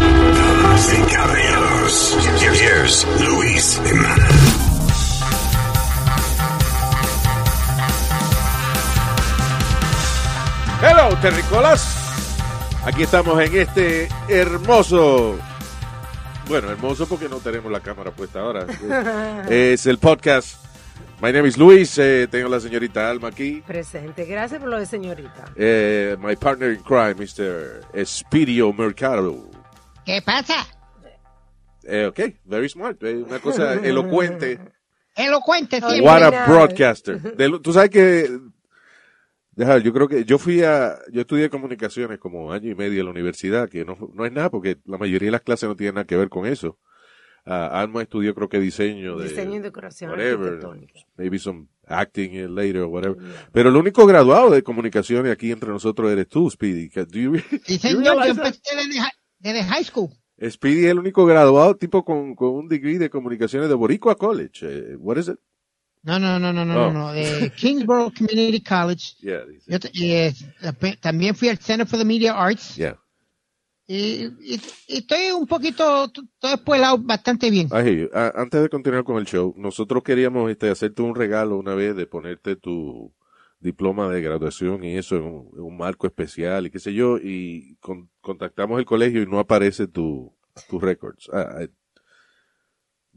Damas y caballeros, here's Luis Jiménez. Hello, Terricolas. Aquí estamos en este hermoso. Bueno, hermoso porque no tenemos la cámara puesta ahora. es el podcast. My name is Luis. eh, tengo la señorita Alma aquí. Presente. Gracias por lo de señorita. Eh, my partner in crime, Mr. Espirio Mercado. ¿Qué pasa? Eh, ok, very smart. eh, una cosa elocuente. Elocuente Oye, siempre. What a mira. broadcaster. De lo- Tú sabes que. deja, yo creo que yo fui a, yo estudié comunicaciones como año y medio en la universidad, que no, no es nada porque la mayoría de las clases no tienen nada que ver con eso. Ah, Alma estudió creo que diseño de, Diseño y decoración whatever, arquitectónica. maybe some acting eh, later or whatever. Pero el único graduado de comunicaciones aquí entre nosotros eres tú, Speedy. Que- do you re- Sí, you señor, realize yo that? empecé desde, hi- desde high school. Speedy es el único graduado tipo con, con un degree de comunicaciones de Boricua College. Eh, what is it? No, no, no, no, no, Oh. no, no, de Kingsborough Community College. Yeah, dice. Yo t- eh, tamp- también fui al Center for the Media Arts. Yeah. Y, y- y estoy un poquito, t- todo espuelado bastante bien. I hear you. A- antes de continuar con el show, nosotros queríamos este, hacerte un regalo una vez de ponerte tu diploma de graduación y eso en un, en un marco especial y qué sé yo, y con- contactamos el colegio y no aparece tu, tus récords. Ah, I-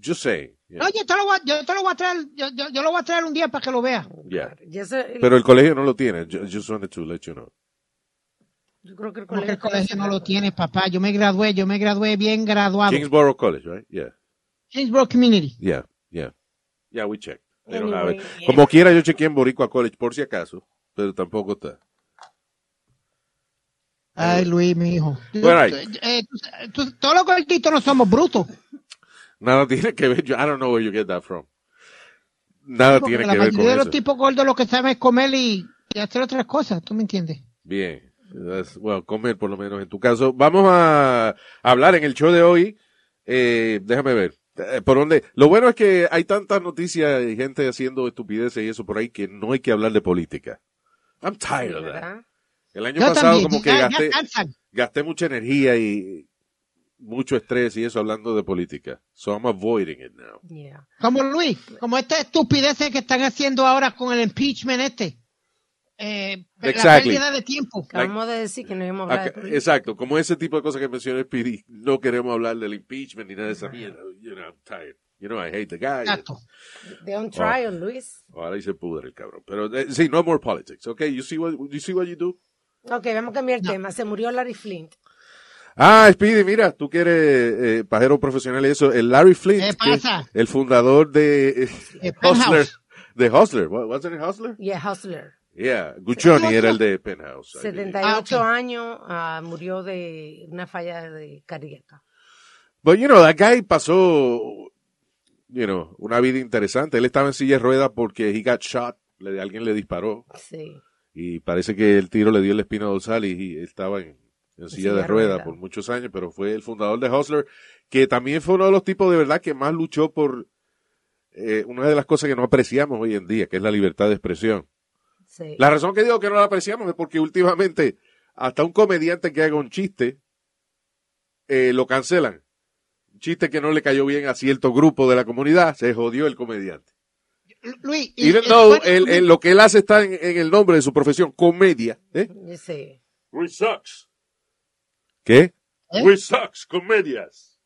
just saying. Yeah. No, yo te lo voy a, yo te lo voy a traer, yo, yo- yo lo voy a traer un día para que lo veas. Yeah. Y eso- y Pero el colegio no lo tiene. Ju- Just wanted to let you know. yo creo que el Porque colegio, el colegio no lo tiene, papá. Yo me gradué, yo me gradué bien graduado. Kingsborough College, right? Yeah. Kingsborough Community. Yeah. Yeah. Yeah, we checked. They don't have Anyway, it. yeah. Como quiera, yo chequeé en Boricua College por si acaso, pero tampoco está. Ay, Luis, mi hijo. Bueno, ahí. Eh, tú- tú- todos los gorditos no somos brutos. Nada tiene que ver. Yo, I don't know where you get that from. Nada Porque tiene la que ver con mayoría de eso. los tipos gordos lo que saben es comer y, y hacer otras cosas, ¿tú me entiendes? Bien. That's- Bueno, comer por lo menos en tu caso. Vamos a hablar en el show de hoy. Eh, déjame ver. Eh, ¿Por dónde? Lo bueno es que hay tantas noticias y gente haciendo estupideces y eso por ahí que no hay que hablar de política. I'm tired of that. ¿verdad? El año pasado como que ya- ya gasté, cansan. gasté mucha energía y mucho estrés y eso hablando de política. So I'm avoiding it now. Yeah. Como Luis, como estas estupideces que están haciendo ahora con el impeachment este. Eh, La Exactly. pérdida de tiempo. Acabamos de decir que no íbamos a hablar de Acá- política. exacto, como ese tipo de cosas que mencioné, Speedy, no queremos hablar del impeachment ni nada de esa mierda. You know, I'm tired. You know, I hate the guy. Exacto. De oh. un trial, Luis. Ahora ahí se pudre el cabrón. Pero eh, sí, no more politics, okay? You see what you see what you do? Ok, vamos a cambiar el tema. Se murió Larry Flint. Ah, Speedy, mira, tú que eres eh, pajero profesional y eso, el Larry Flint, ¿Qué que es pasa? el fundador de eh, De Penthouse. Hustler, de Hustler, What- wasn't it Hustler? Yeah, Hustler. Yeah, Guccione era el de Penthouse. I believe. 78 Ah, ok. años, ah, murió de una falla de cardíaca. But you know, that guy pasó, you know, una vida interesante. Él estaba en silla de ruedas porque he got shot, le- alguien le disparó Sí. y parece que el tiro le dio el espina dorsal y, y estaba en, en silla de ruedas por muchos años, pero fue el fundador de Hustler, que también fue uno de los tipos de verdad que más luchó por eh, una de las cosas que no apreciamos hoy en día, que es la libertad de expresión. sí. La razón que digo que no la apreciamos es porque últimamente hasta un comediante que haga un chiste eh, lo cancelan. Un chiste que no le cayó bien a cierto grupo de la comunidad, se jodió el comediante. Luis, y- Even y- though bueno, él- él- lo que él hace está en, en el nombre de su profesión, comedia. ¿eh? Sí. We sucks. ¿Qué? ¿Eh? We sucks. Comedias.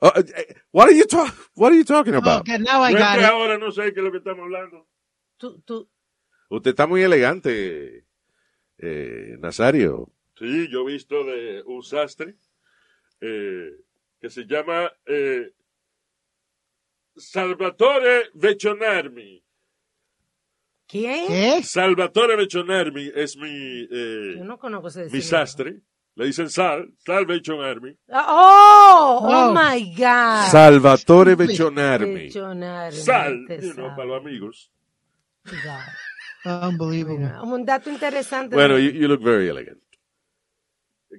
Uh, eh, what, are you talk- what are you talking about? okay, now I Yo got entré it. ahora, no sé qué es lo que estamos hablando. Tú, tú, Usted está muy elegante, eh, Nazario. Sí, yo he visto de un sastre eh, que se llama eh, Salvatore Vecchionarmi. ¿Quién? ¿Qué? Salvatore Vecchionarmi es mi, eh, Yo no conozco ese mi señor. sastre. Le dicen Sal, Sal Vecchionarmi. Ah, Oh, oh, Oh. my God. Salvatore Stupid. Bechonarmi. Millonario, Sal, te you know, sabe. para los amigos. este Ya. Unbelievable. Un dato interesante. Bueno, de- you, you look very elegant.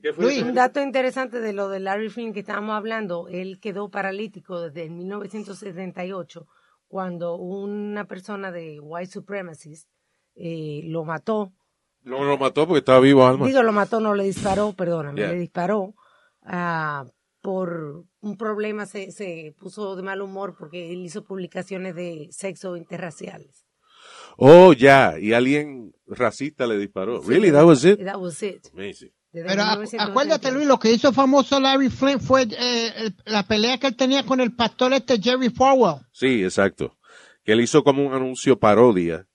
¿Qué fue? Luis. Un dato interesante de lo de Larry Flynn que estábamos hablando, él quedó paralítico desde 1978 cuando una persona de white supremacists eh, lo mató. No lo mató porque estaba vivo, Alma. Digo, lo mató, no le disparó, perdóname, Yeah. le disparó ah, por un problema, se, se puso de mal humor porque él hizo publicaciones de sexo interraciales. Oh, ya. Y alguien racista le disparó. Really, that was it? That was it. Amazing. Desde Pero acu- 1978. acuérdate, Luis, lo que hizo famoso Larry Flint fue eh, el- la pelea que él tenía con el pastor este Jerry Farwell. Sí, exacto. Que él hizo como un anuncio parodia.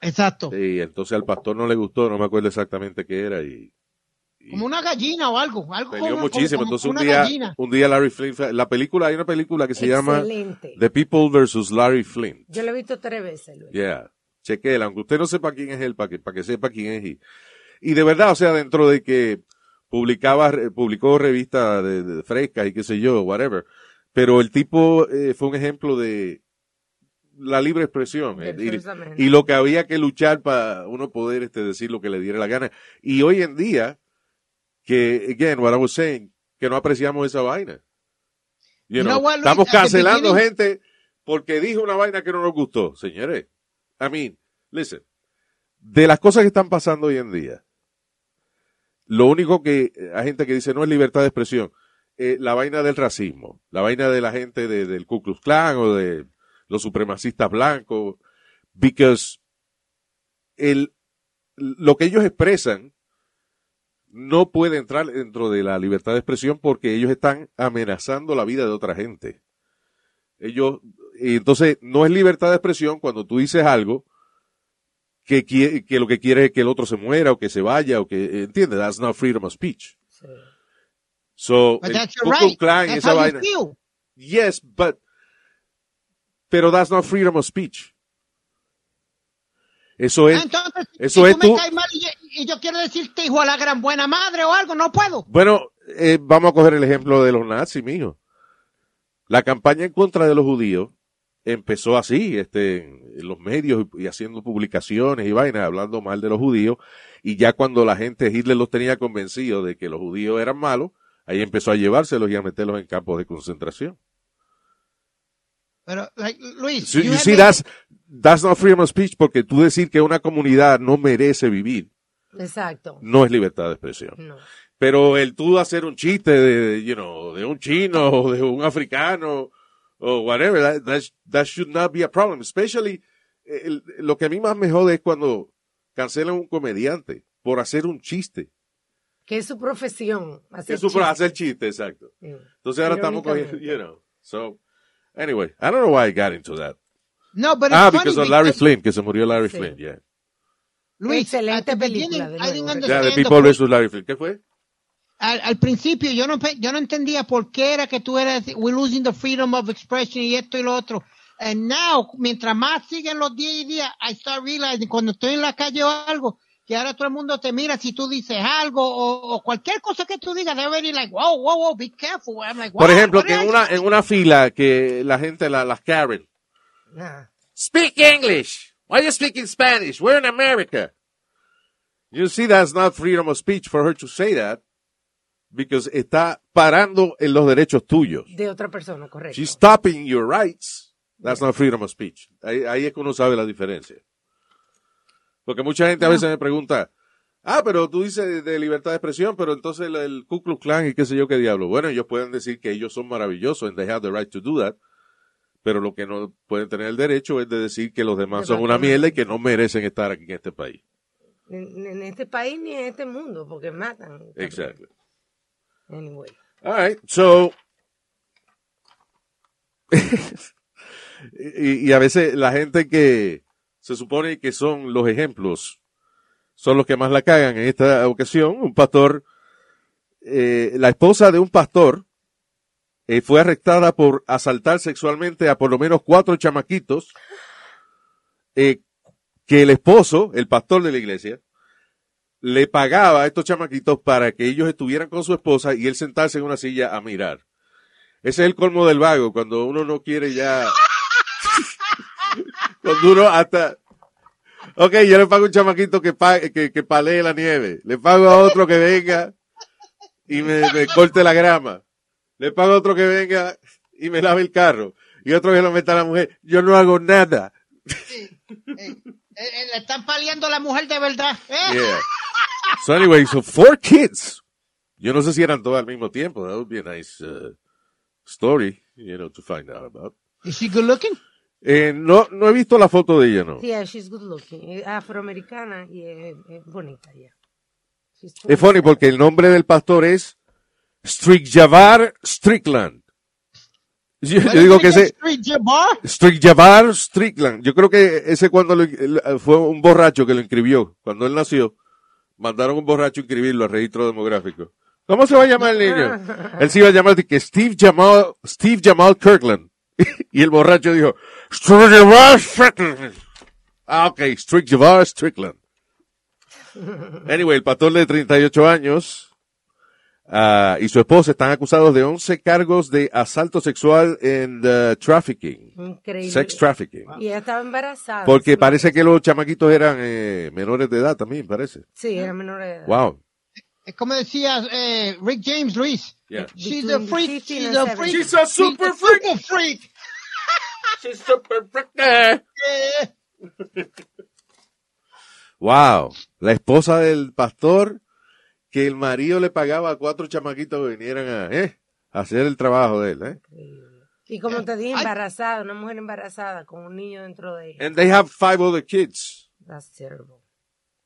Exacto. Y entonces al pastor no le gustó, no me acuerdo exactamente qué era. Y, y Como una gallina o algo. algo peleó como- muchísimo. como- entonces como un una día, gallina. un día Larry Flynn. fue- La película, hay una película que se llama Excelente. The People versus Larry Flynn. Yo lo he visto tres veces, Luis. Yeah. Chequela, aunque usted no sepa quién es él, para que, para que sepa quién es. Y, y de verdad, o sea, dentro de que publicaba, re- publicó revistas de, de frescas y qué sé yo, whatever. Pero el tipo eh, fue un ejemplo de la libre expresión. eh, Definitivamente. Y, y lo que había que luchar para uno poder este, decir lo que le diera la gana. Y hoy en día, que, again, what I was saying, que no apreciamos esa vaina. You You know, know what, Luis? estamos At the cancelando beginning- gente porque dijo una vaina que no nos gustó, señores. I mean, listen, de las cosas que están pasando hoy en día, lo único que eh, hay gente que dice no es libertad de expresión, eh, la vaina del racismo, la vaina de la gente de- del Ku Klux Klan o de los supremacistas blancos, because el, lo que ellos expresan no puede entrar dentro de la libertad de expresión porque ellos están amenazando la vida de otra gente. Ellos, y entonces, no es libertad de expresión cuando tú dices algo que, quie- que lo que quiere es que el otro se muera o que se vaya o que, ¿entiendes? That's not freedom of speech. Sí. So, But el that's Ku your Klux right. Klan y That's esa how you vaina. feel. Yes, but pero that's not freedom of speech. Eso Ah, es Entonces, Pues, eso si es tú tú- me caes mal y, y yo quiero decirte, hijo a la gran buena madre o algo, no puedo. bueno, eh, vamos a coger el ejemplo de los nazis, mijo. La campaña en contra de los judíos empezó así, este, en en los medios y y haciendo publicaciones y vainas, hablando mal de los judíos, y ya cuando la gente Hitler los tenía convencidos de que los judíos eran malos, ahí empezó a llevárselos y a meterlos en campos de concentración. Pero, like, Luis, So, you have see, been- that's, that's not freedom of speech, porque tú decir que una comunidad no merece vivir Exacto. no es libertad de expresión. No. Pero el tú hacer un chiste de, you know, de un chino o de un africano o whatever, that, that, that should not be a problem. Especially, eh, el- lo que a mí más me jode es cuando cancelan un comediante por hacer un chiste. Que es su profesión. Que Hacer su chistes. Mm. hacer chiste, exacto. Sí. Entonces ahora estamos cogiendo, Irónicamente. you know. So, anyway, I don't know why I got into that. No, but it's Ah, funny because of Larry because- Flynn, que se murió Larry Sí. Flynn, yeah. Luis, Excelente at the película, de beginning, I nuevo. didn't Ya, understand de the People point. versus Larry Flynn. ¿Qué fue? al, al principio yo no pe- yo no entendía por qué era que tú eras we're losing the freedom of expression y esto y lo otro and now mientras más siguen los días y días I start realizing cuando estoy en la calle o algo que ahora todo el mundo te mira si tú dices algo o, o cualquier cosa que tú digas they're already like wow wow wow be careful I'm like, Por wow, ejemplo, what que did en I una, say? en una fila que la gente, la- las Karen. Nah. Speak English. Why are you speaking Spanish? We're in America. You see, that's not freedom of speech for her to say that. Because está parando en los derechos tuyos. De otra persona, correcto. She's stopping your rights. That's not freedom of speech. Ahí, ahí es que uno sabe la diferencia. Porque mucha gente a veces me pregunta, ah, pero tú dices de libertad de expresión, pero entonces el, el Ku Klux Klan y qué sé yo qué diablo. Bueno, ellos pueden decir que ellos son maravillosos and they have the right to do that, pero lo que no pueden tener el derecho es de decir que los demás son una mierda y que no merecen estar aquí en este país. En, en este país ni en este mundo, porque matan. Exactly. Anyway. All right, so. y, y a veces la gente que se supone que son los ejemplos son los que más la cagan en esta ocasión. Un pastor, eh, la esposa de un pastor eh, fue arrestada por asaltar sexualmente a por lo menos cuatro chamaquitos eh, que el esposo, el pastor de la iglesia, le pagaba a estos chamaquitos para que ellos estuvieran con su esposa y él sentarse en una silla a mirar. Ese es el colmo del vago, cuando uno no quiere ya. cuando uno hasta. Ok, yo le pago a un chamaquito que, pa- que, que palee la nieve. Le pago a otro que venga y me, me corte la grama. Le pago a otro que venga y me lave el carro. Y otro que lo meta a la mujer. Yo no hago nada. Eh, eh, le están paliando a la mujer de verdad. Eh, Yeah. So anyway, so four kids. Yo no sé si eran todos al mismo tiempo. That would be a nice uh, story, you know, to find out about. Is she good looking? Eh, no, no he visto la foto de ella, no. Yeah, ah, she's good looking. Es afroamericana y es, es bonita, yeah. She's Es funny porque el nombre del pastor es Javar Strickland. Yo, yo digo que ese Street Jabbar. Javar Strickland, yo creo que ese cuando lo- el- fue un borracho que lo inscribió, cuando él nació, mandaron un borracho a inscribirlo al registro demográfico. ¿Cómo se va a llamar el niño? Él se iba a llamar de que Steve Jamal, Steve Jamal Kirkland. y el borracho dijo, Javar Strickland. Ah, ok, Javar Strickland. Anyway, el pastor de 38 años ah, y su esposa están acusados de 11 cargos de asalto sexual en eh, trafficking, Increíble. sex trafficking. Y ella estaba embarazada. Porque Sí, parece que los chamaquitos eran eh, menores de edad también, parece. Sí, era menor de edad. Wow. Es como decía eh, Rick James Luis. Yeah. She's a Between freak. 15 and She's a 17. freak. She's a super She's a super freak. Eh, Wow. La esposa del pastor que el marido le pagaba a cuatro chamaquitos que vinieran a, eh, a hacer el trabajo de él. Eh. Y como te dije, Ay. embarazada, una mujer embarazada con un niño dentro de ella. And they have five other kids. That's terrible.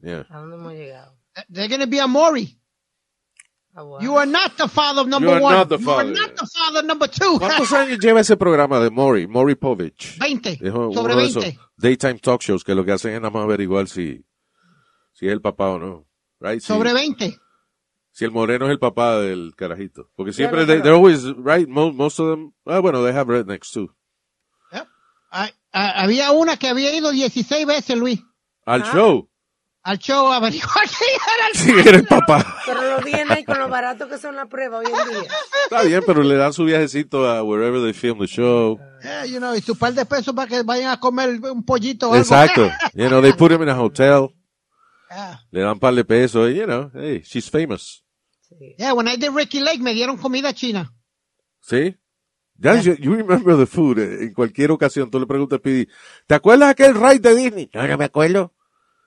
Yeah. ¿A dónde hemos llegado? They're gonna be a Maury. Ah, wow. You are not the father of number You are one. not the father. You are not the father of number two. ¿Cuántos años lleva ese programa de Maury, Maury Povich? 20. Es uno sobre de esos 20. daytime talk shows que lo que hacen es nada más averiguar si, si es el papá o no. Right? Si, Sobre 20. si el moreno es el papá del carajito. Porque siempre, no, they, pero- they're always, right? Most, most of them, ah, bueno, they have rednecks too. Yep. Ah, ah, había una que había ido 16 veces, Luis, Al show. al show a averiguar si era el Sí, era el papá. Pero los DNA y con lo barato que son las pruebas hoy en día. Está bien, pero le dan su viajecito a wherever they film the show. Eh, you know, y su par de pesos para que vayan a comer un pollito o algo. Exacto. You know, they put him in a hotel. Ah, Le dan un par de pesos. You know, hey, she's famous. Sí. yeah, when I did Ricky Lake me dieron comida china. ¿Sí? Ya, you, you remember the food. eh, En cualquier ocasión, tú le preguntas a Pidi, ¿te acuerdas aquel ride de Disney? No, no me acuerdo.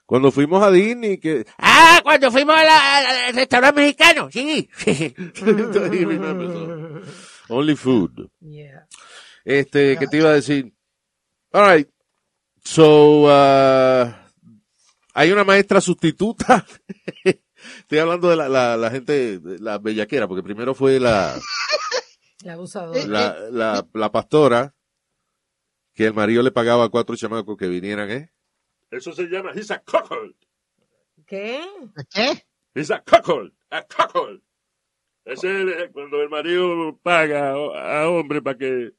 Cuando fuimos a Disney, que... Ah, cuando fuimos a la- a la- al restaurante mexicano, sí. He remembers all. Only food. Yeah. Este, que te iba a decir. All right. So, uh, hay una maestra sustituta. Estoy hablando de la, la, la gente, de la bellaquera, porque primero fue la, La abusadora. Eh. la, la, la pastora, que el marido le pagaba a cuatro chamacos que vinieran, ¿eh? Eso se llama, he's a cuckold. ¿Qué? ¿Qué? He's a cuckold. A cuckold. Es el, eh, cuando el marido paga a, a hombre para que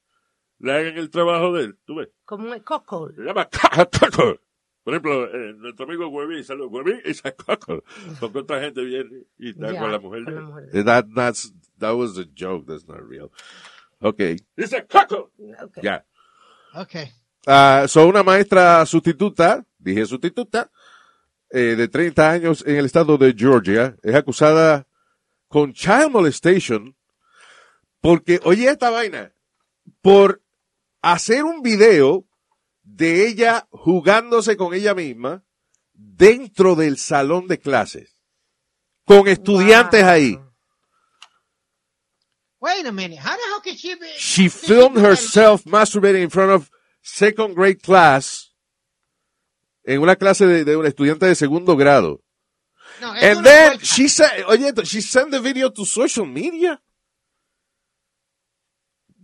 le hagan el trabajo de él. ¿Tú ves? Como un coco. Se llama ca- a cuckold. Por ejemplo, eh, nuestro amigo Huevín, saludos. Huevín es a cuckold. Porque otra gente viene y está Ya, Ah. con la mujer de con la él. mujer de- That, that's, that was a joke, that's not real. Okay, He's a cuckold. Ok. ya. Okay. Ah, son una maestra sustituta, dije sustituta, eh, de 30 años en el estado de Georgia, es acusada con child molestation porque, oye esta vaina, por hacer un video de ella jugándose con ella misma dentro del salón de clases, con estudiantes Wow. ahí. Wait a minute. How the hell could she be? She filmed herself masturbating in front of second grade class en una clase de, de un estudiante de segundo grado. No, eso And no then cuenta. she said, oye, esto, she sent the video to social media.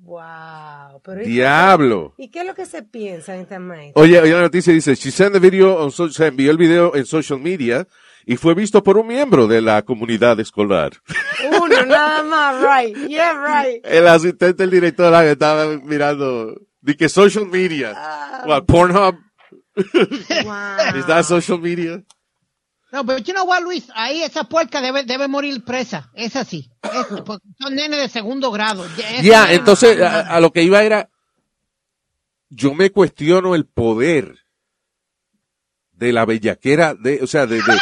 Wow. Pero ¿y, Diablo. ¿y qué es lo que se piensa en esta maestra? Oye, oye la noticia dice, she sent the video on so- se envió el video en social media y fue visto por un miembro de la comunidad escolar. Uno, nada más, right. Yeah, right. El asistente del director ah, que estaba mirando, de que social media, Ah. What, Pornhub, Wow. is that social media? No, pero you know what, Luis, ahí esa puerca debe, debe morir presa. Es así. Es- porque son nenes de segundo grado. Ya, es- Ya, entonces a, a lo que iba era, yo me cuestiono el poder de la bellaquera, de, o sea, de... de-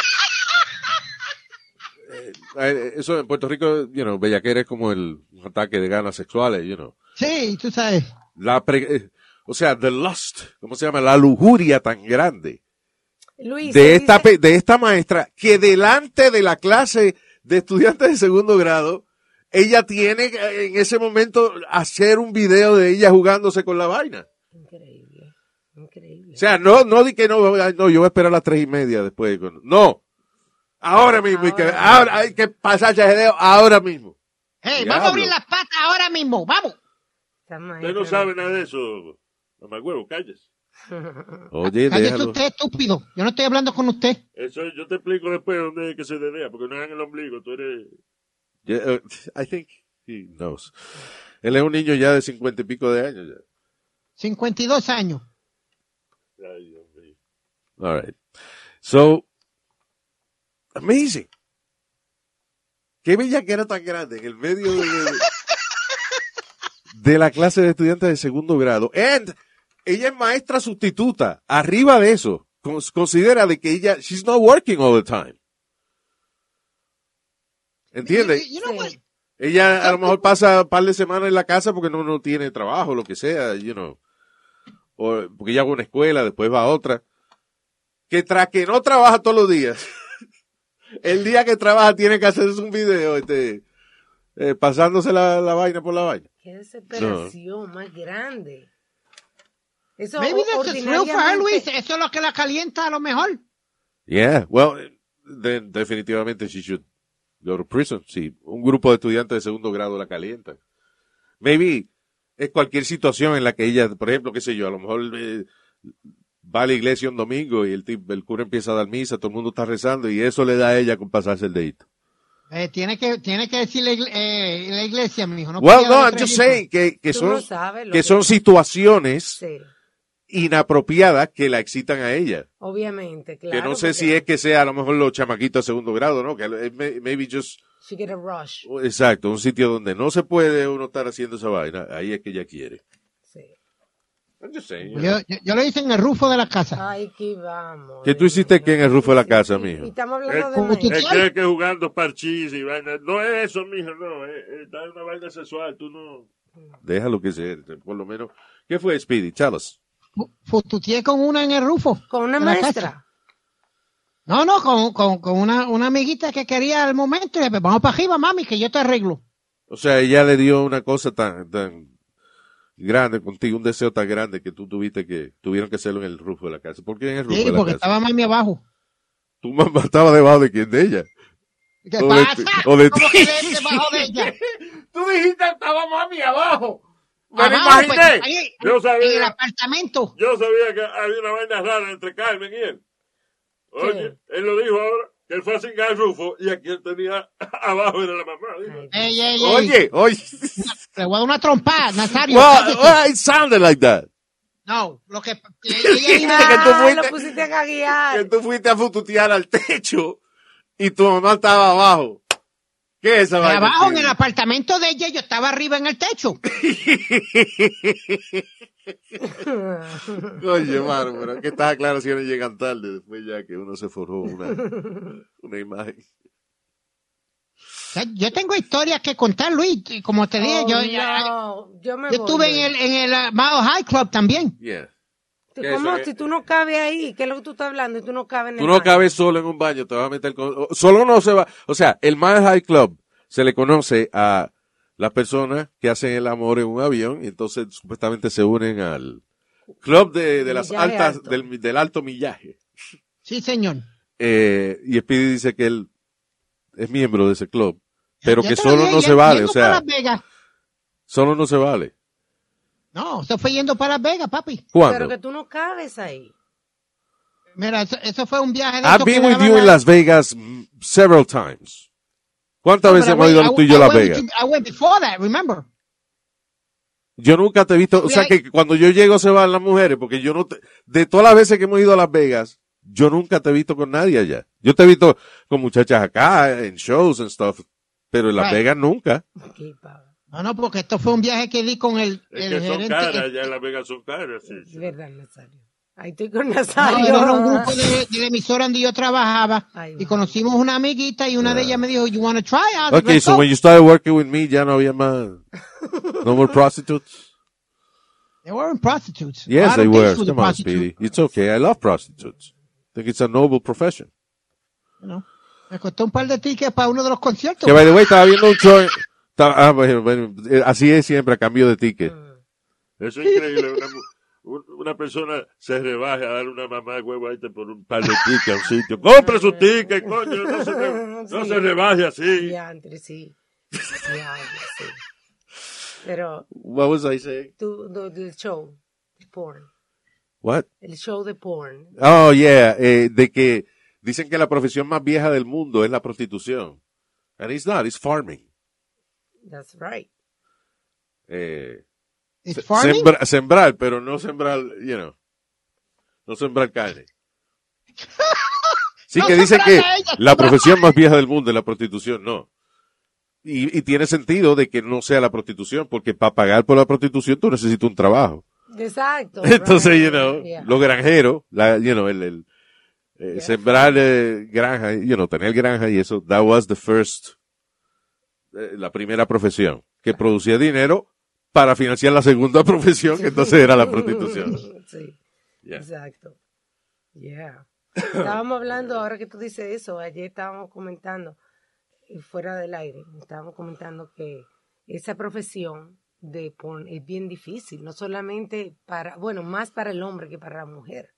Eh, eh, eso en Puerto Rico, you know, bellaquera es como el ataque de ganas sexuales, you know. Sí, tú sabes. La pre- eh, o sea, the lust, ¿cómo se llama? La lujuria tan grande Luis, de él esta, dice- pe- de esta maestra que delante de la clase de estudiantes de segundo grado, ella tiene que, eh, en ese momento hacer un video de ella jugándose con la vaina. Increíble, increíble. O sea, no, no di que no, no, yo voy a esperar a las tres y media después. de- No. Ahora mismo, hay que, Ahora. ahora hay que pasar ese video ahora mismo. Hey, Diablo. vamos a abrir las patas ahora mismo, vamos. Estamos ahí, Usted no pero- sabe nada de eso. Mamá huevo, calles. Oye, Cállese déjalo. usted, estúpido. Yo no estoy hablando con usted. Eso yo te explico después dónde es que se denea, porque no es en el ombligo, tú eres... Yeah, uh, I think he knows. Él es un niño ya de cincuenta y pico de años. ya. 52 años. Ay, Dios mío. All right. So, amazing. Qué bella que era tan grande en el medio de, de la clase de estudiantes de segundo grado. And ella es maestra sustituta. Arriba de eso, cons- considera de que ella, she's not working all the time. ¿Entiendes? You know what? Sí. Ella a lo mejor pasa un par de semanas en la casa porque no, no tiene trabajo, lo que sea, you know. O porque ella va a una escuela, después va a otra. Que tras que no trabaja todos los días, el día que trabaja tiene que hacerse un video, este, eh, pasándose la, la vaina por la vaina. Qué desesperación más grande. Eso Maybe that's just real for ordinariamente- her, Luis. Eso es lo que la calienta a lo mejor. Yeah, well, then definitivamente she should go to prison. Sí, un grupo de estudiantes de segundo grado la calientan. Maybe es cualquier situación en la que ella, por ejemplo, qué sé yo, a lo mejor eh, va a la iglesia un domingo y el, tip- el cura empieza a dar misa, todo el mundo está rezando y eso le da a ella con pasarse el dedito. Eh, tiene que tiene que decir la, igle- eh, la iglesia, mijo. No well, puede no, haber I'm otra just iglesia. saying que, que Tú son, no sabes lo que que- son situaciones Sí, inapropiadas que la excitan a ella. obviamente, claro. que no sé porque si es que sea a lo mejor los chamaquitos de segundo grado, ¿no? Que eh, may- maybe just She get a rush. Exacto, un sitio donde no se puede uno estar haciendo esa vaina, ahí es que ella quiere. Sí. I'm just saying, you know. Yo, yo, yo lo hice en el rufo de la casa. Ay, que vamos. ¿Qué tú hiciste hermano. que en el rufo de la casa, Y- mijo? Y estamos hablando de Como tú- maíz. Él cree que jugando parchís y vaina. No es eso, mijo, no. Es, es dar una vaina sexual, tú no... Déjalo que sea, por lo menos. ¿Qué fue, Speedy? Tell us. Fu- Fututeé con una en el rufo. Con una de la casa. maestra. No, no, con, con, con una, una amiguita que quería al momento. Y le dije, vamos para arriba, mami, que yo te arreglo. O sea, ella le dio una cosa tan, tan grande contigo, un deseo tan grande que tú tuviste que, tuvieron que hacerlo en el rufo de la casa. ¿Por qué en el rufo Sí, de la porque casa? estaba mami abajo. Tu mamá estaba debajo de quién, de ella. ¿Qué O de pasa? ti- o de ¿Cómo ti. que de- debajo de ella? Tú dijiste estaba mami abajo. Abajo, pues, ahí, Yo en el sabía, apartamento. yo sabía que había una vaina rara entre Carmen y él. Oye, Sí. él lo dijo ahora, que él fue a cingar al Rufo y aquí él tenía abajo era la mamá. dijo. Ay, Ey, ey, ey. Oye, oye. Le voy a dar una trompada, Nazario. Well, cállate. well, it sounded like that. No, lo que... ella iba- que tú Ah, fuiste- lo pusiste a que caguear. tú fuiste a fututear al techo y tu mamá estaba abajo. ¿Qué es esa De vaina? abajo en tío? el apartamento de ella, yo estaba arriba en el techo. Oye, mano, pero es que estas aclaraciones llegan tarde, después ya que uno se forjó una, una imagen. O sea, Yo tengo historias que contar, Luis. y Como te dije, Oh, yo, no, yo me yo voy, estuve en Luis. el, en el ah, Mile High Club también. Yeah. Tú- ¿Qué es ¿Cómo? eso? Si tú no cabes ahí, ¿qué es lo que tú estás hablando? Y tú no cabes en Tú el no baño. cabes solo en un baño, te vas a meter con... o- Solo no se va... O sea, el Mile High Club se le conoce a las personas que hacen el amor en un avión y entonces supuestamente se unen al club de, de las Millaje altas, alto. Del, del alto millaje. Sí, señor. Eh, y Speedy dice que él es miembro de ese club, pero Ya que te lo solo dije, no ya- se vale, yendo o sea, para Las Vegas. solo no se vale. No, eso fue yendo para Las Vegas, papi. Pero que ¿Cuándo? tú no cabes ahí. Mira, eso, eso fue un viaje de I've esos que been with daban you la- in Las Vegas mm, several times. ¿Cuántas No, veces pero hemos I ido went- tú y yo I a Las went Vegas? to- I went before that, remember? Yo nunca te he visto, o sea Mira- que cuando yo llego se van las mujeres, porque yo no te, de todas las veces que hemos ido a Las Vegas, yo nunca te he visto con nadie allá. Yo te he visto con muchachas acá, en shows and stuff, pero en Las Right. Vegas nunca. Qué pavo. No, no, porque esto fue un viaje que di con el, Es el que son gerente. este, caras, ya en Las Vegas son caras. Sí, Es sí. verdad, Nazario. Ahí estoy con No, Nazario. yo era un grupo de, de la emisora donde yo trabajaba Ay, y wow. conocimos una amiguita y una de ellas me dijo, you want to try out? Okay, so when you started working with me, ya no había más. No more prostitutes. They weren't prostitutes. Yes, I don't they think were. she was Come a on, prostitute, Speedy. It's okay. I love prostitutes. I think it's a noble profession. you know. Me costó un par de tickets para uno de los conciertos. Que by the way, estaba viendo un show. estaba- ah, bueno, bueno, eh, así es siempre, a cambio de ticket. Ah. Eso es increíble. Una, mu- un- una persona se rebaja a dar una mamá de huevo ahí por un par de tickets a un sitio. ¡Compre su ticket, coño! No se, re- no Sí. se rebaje así. Diantre, sí. Diantre, sí. Pero What was I saying? tú, no, el show de porn. What? El show de porn. Oh, yeah. eh, de que dicen que la profesión más vieja del mundo es la prostitución. And it's not, it's farming. That's right. Eh, It's se- farming? sembra- sembrar, pero no sembrar, you know, no sembrar carne. Sí, No que dice sembrar que carne, la sembrar profesión más vieja del mundo es la prostitución, no. Y, y tiene sentido de que no sea la prostitución, porque para pagar por la prostitución tú necesitas un trabajo. Exacto. Entonces, right. you know, Yeah. los granjeros, la, you know, el, el, eh, Yeah. sembrar eh, granja, you know, tener granja y eso, that was the first, eh, la primera profesión, que producía dinero para financiar la segunda profesión, que entonces era la prostitución. Sí, Yeah. exacto. Yeah. Estábamos hablando, ahora que tú dices eso, ayer estábamos comentando, eh, fuera del aire, estábamos comentando que esa profesión de porn es bien difícil, no solamente para, bueno, más para el hombre que para la mujer.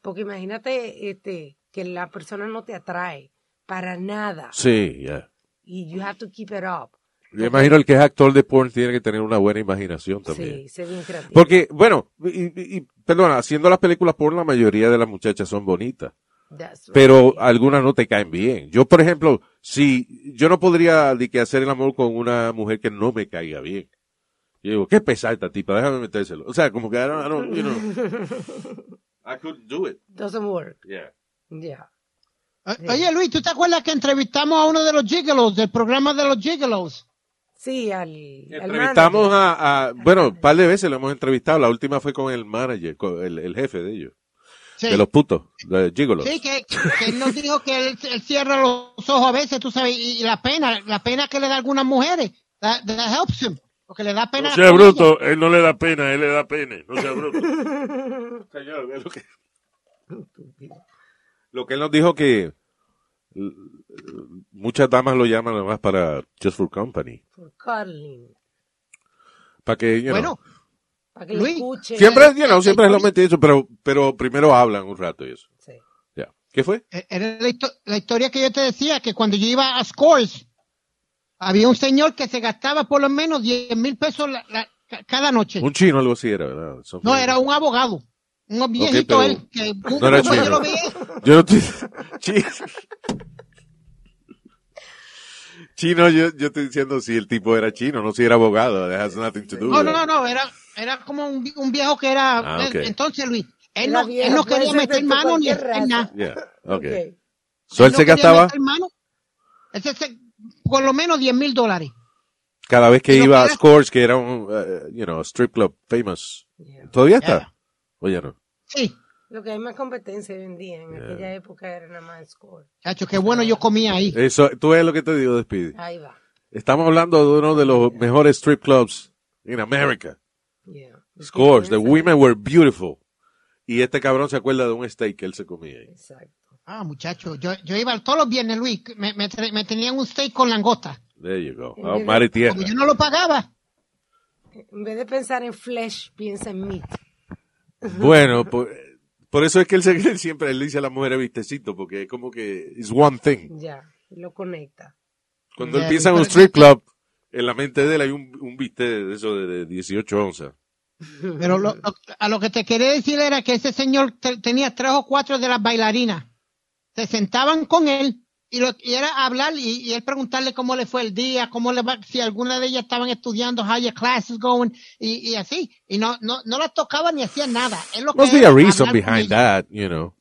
Porque imagínate este, que la persona no te atrae para nada Sí, yeah. y you have to keep it up. Yo imagino el que es actor de porn tiene que tener una buena imaginación también. Sí, ser bien creativo. Porque, bueno, y, y- y, perdona, haciendo las películas porn la mayoría de las muchachas son bonitas. That's right. pero ah, algunas no te caen bien. Yo, por ejemplo, si yo no podría de que hacer el amor con una mujer que no me caiga bien. Yo digo, qué pesada esta tipa, déjame metérselo. O sea, como que I don't, I don't, you know. I couldn't do it. Doesn't work. Yeah. Yeah. O- Ah, Oye, Luis, ¿tú te acuerdas que entrevistamos a uno de los gigolos, del programa de los gigolos? Sí, al. al Entrevistamos manager. a, a- bueno, un par de veces lo hemos entrevistado. La última fue con el manager, con el, el jefe de ellos, Sí, de los putos, de Gigolos. sí que, que él nos dijo que él, él cierra los ojos a veces, tú sabes, y, y la pena, la pena que le da a algunas mujeres, that, that helps him, porque le da pena. No sea con ellas. bruto, él no le da pena, él le da pene. No sea bruto. Señor, ve lo que... Lo que él nos dijo que eh, muchas damas lo llaman nada más para just for company. Por Carlin. Para que, you know, Bueno, eh, Para que lo Luis, escuchen. Siempre, you know, siempre es lo metido eso, pero, pero primero hablan un rato y eso. Sí. Ya. ¿Qué fue? Eh, Era la, histo- la historia que yo te decía, que cuando yo iba a Scores, había un señor que se gastaba por lo menos 10 mil pesos la- la- ca- cada noche. Un chino algo así era, ¿verdad? Something- No, era un abogado. Un viejito pero- él. Que, No era Yo chino. lo veía. Yo no estoy... Chino. Chino, yo, yo estoy diciendo si el tipo era chino, no si era abogado. That has nothing to do No, with no, it. no, no, era, era como un, vi- un viejo que era... eh. eh, Ah, ok. Entonces, Luis, él Era no, viejo, él no puede quería ser de meter mano ni cualquier hacer nada. raza. Yeah, Ok. okay. So, él no se quería gastaba meter mano. Él se- se- por lo menos 10 mil dólares. cada vez que Pero iba a era- Scores, que era un, eh, you know, strip club famous. Yeah. ¿Todavía está? Ya. Oye, no. Sí. Lo que hay más competencia hoy en día. En aquella época era nada más score. Chacho, qué bueno yo comía ahí. Eso, tú ves lo que te digo, despide. Ahí va. Estamos hablando de uno de los mejores strip clubs en América. Yeah. Scores. The Piensa- women were beautiful. Y este cabrón se acuerda de un steak que él se comía. ahí. Exacto. Ah, muchacho, yo, yo iba todos los viernes, Luis, me, me, tra- me tenían un steak con langosta. There you go. Oh, mar y tierra. Como yo no lo pagaba. En vez de pensar en flesh, piensa en meat. Bueno, por, por eso es que él, se- él siempre le dice a la mujer vistecito, porque es como que it's one thing. Ya. Lo conecta. Cuando él Yeah, piensa en un pero- strip club, en la mente de él hay un, un viste de eso de, de 18 onzas. Pero lo- lo- a lo que te quería decir era que ese señor te- tenía tres o cuatro de las bailarinas. Se sentaban con él y, lo, y era hablar y, y él preguntarle cómo le fue el día, cómo le va, si alguna de ellas estaban estudiando, how your classes going y, y así. Y no, no, no las tocaba ni hacía nada. Él lo que Must be era a reason hablar con behind ellas. that, you know.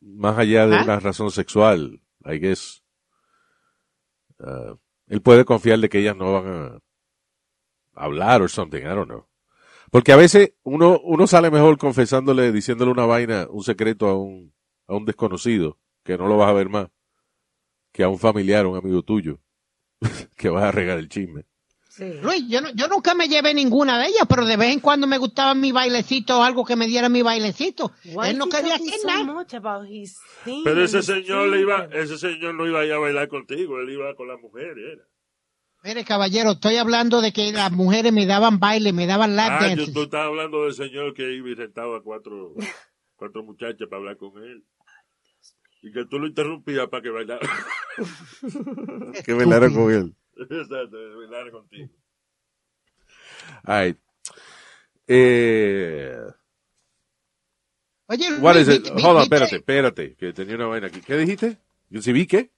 Más allá de ¿Ah? una razón sexual, I guess. Uh, él puede confiar de que ellas no van a hablar or something, I don't know. Porque a veces uno, uno sale mejor confesándole, diciéndole una vaina, un secreto a un, a un desconocido, que no lo vas a ver más, que a un familiar, un amigo tuyo, que vas a regar el chisme. Sí. Luis, yo, no- yo nunca me llevé ninguna de ellas, pero de vez en cuando me gustaba mi bailecito o algo que me diera mi bailecito. Why Él no is he quería talking hacer so nada. much about his thing Pero and ese his señor le iba, children? ese señor no iba a ir a bailar contigo, él iba con la mujer, era. Mire, caballero, estoy hablando de que las mujeres me daban baile, me daban lap Ah, yo, dances. tú estabas hablando del señor que iba y rentaba cuatro, cuatro muchachas para hablar con él. Y que tú lo interrumpías para que bailara. Que bailaron con él. Exacto, bailara contigo. All right. Eh, Oye, Luis, what is vi- it? vi- Hold on, vi- espérate, espérate, que tenía una vaina aquí. ¿Qué dijiste? ¿Yo sí vi qué?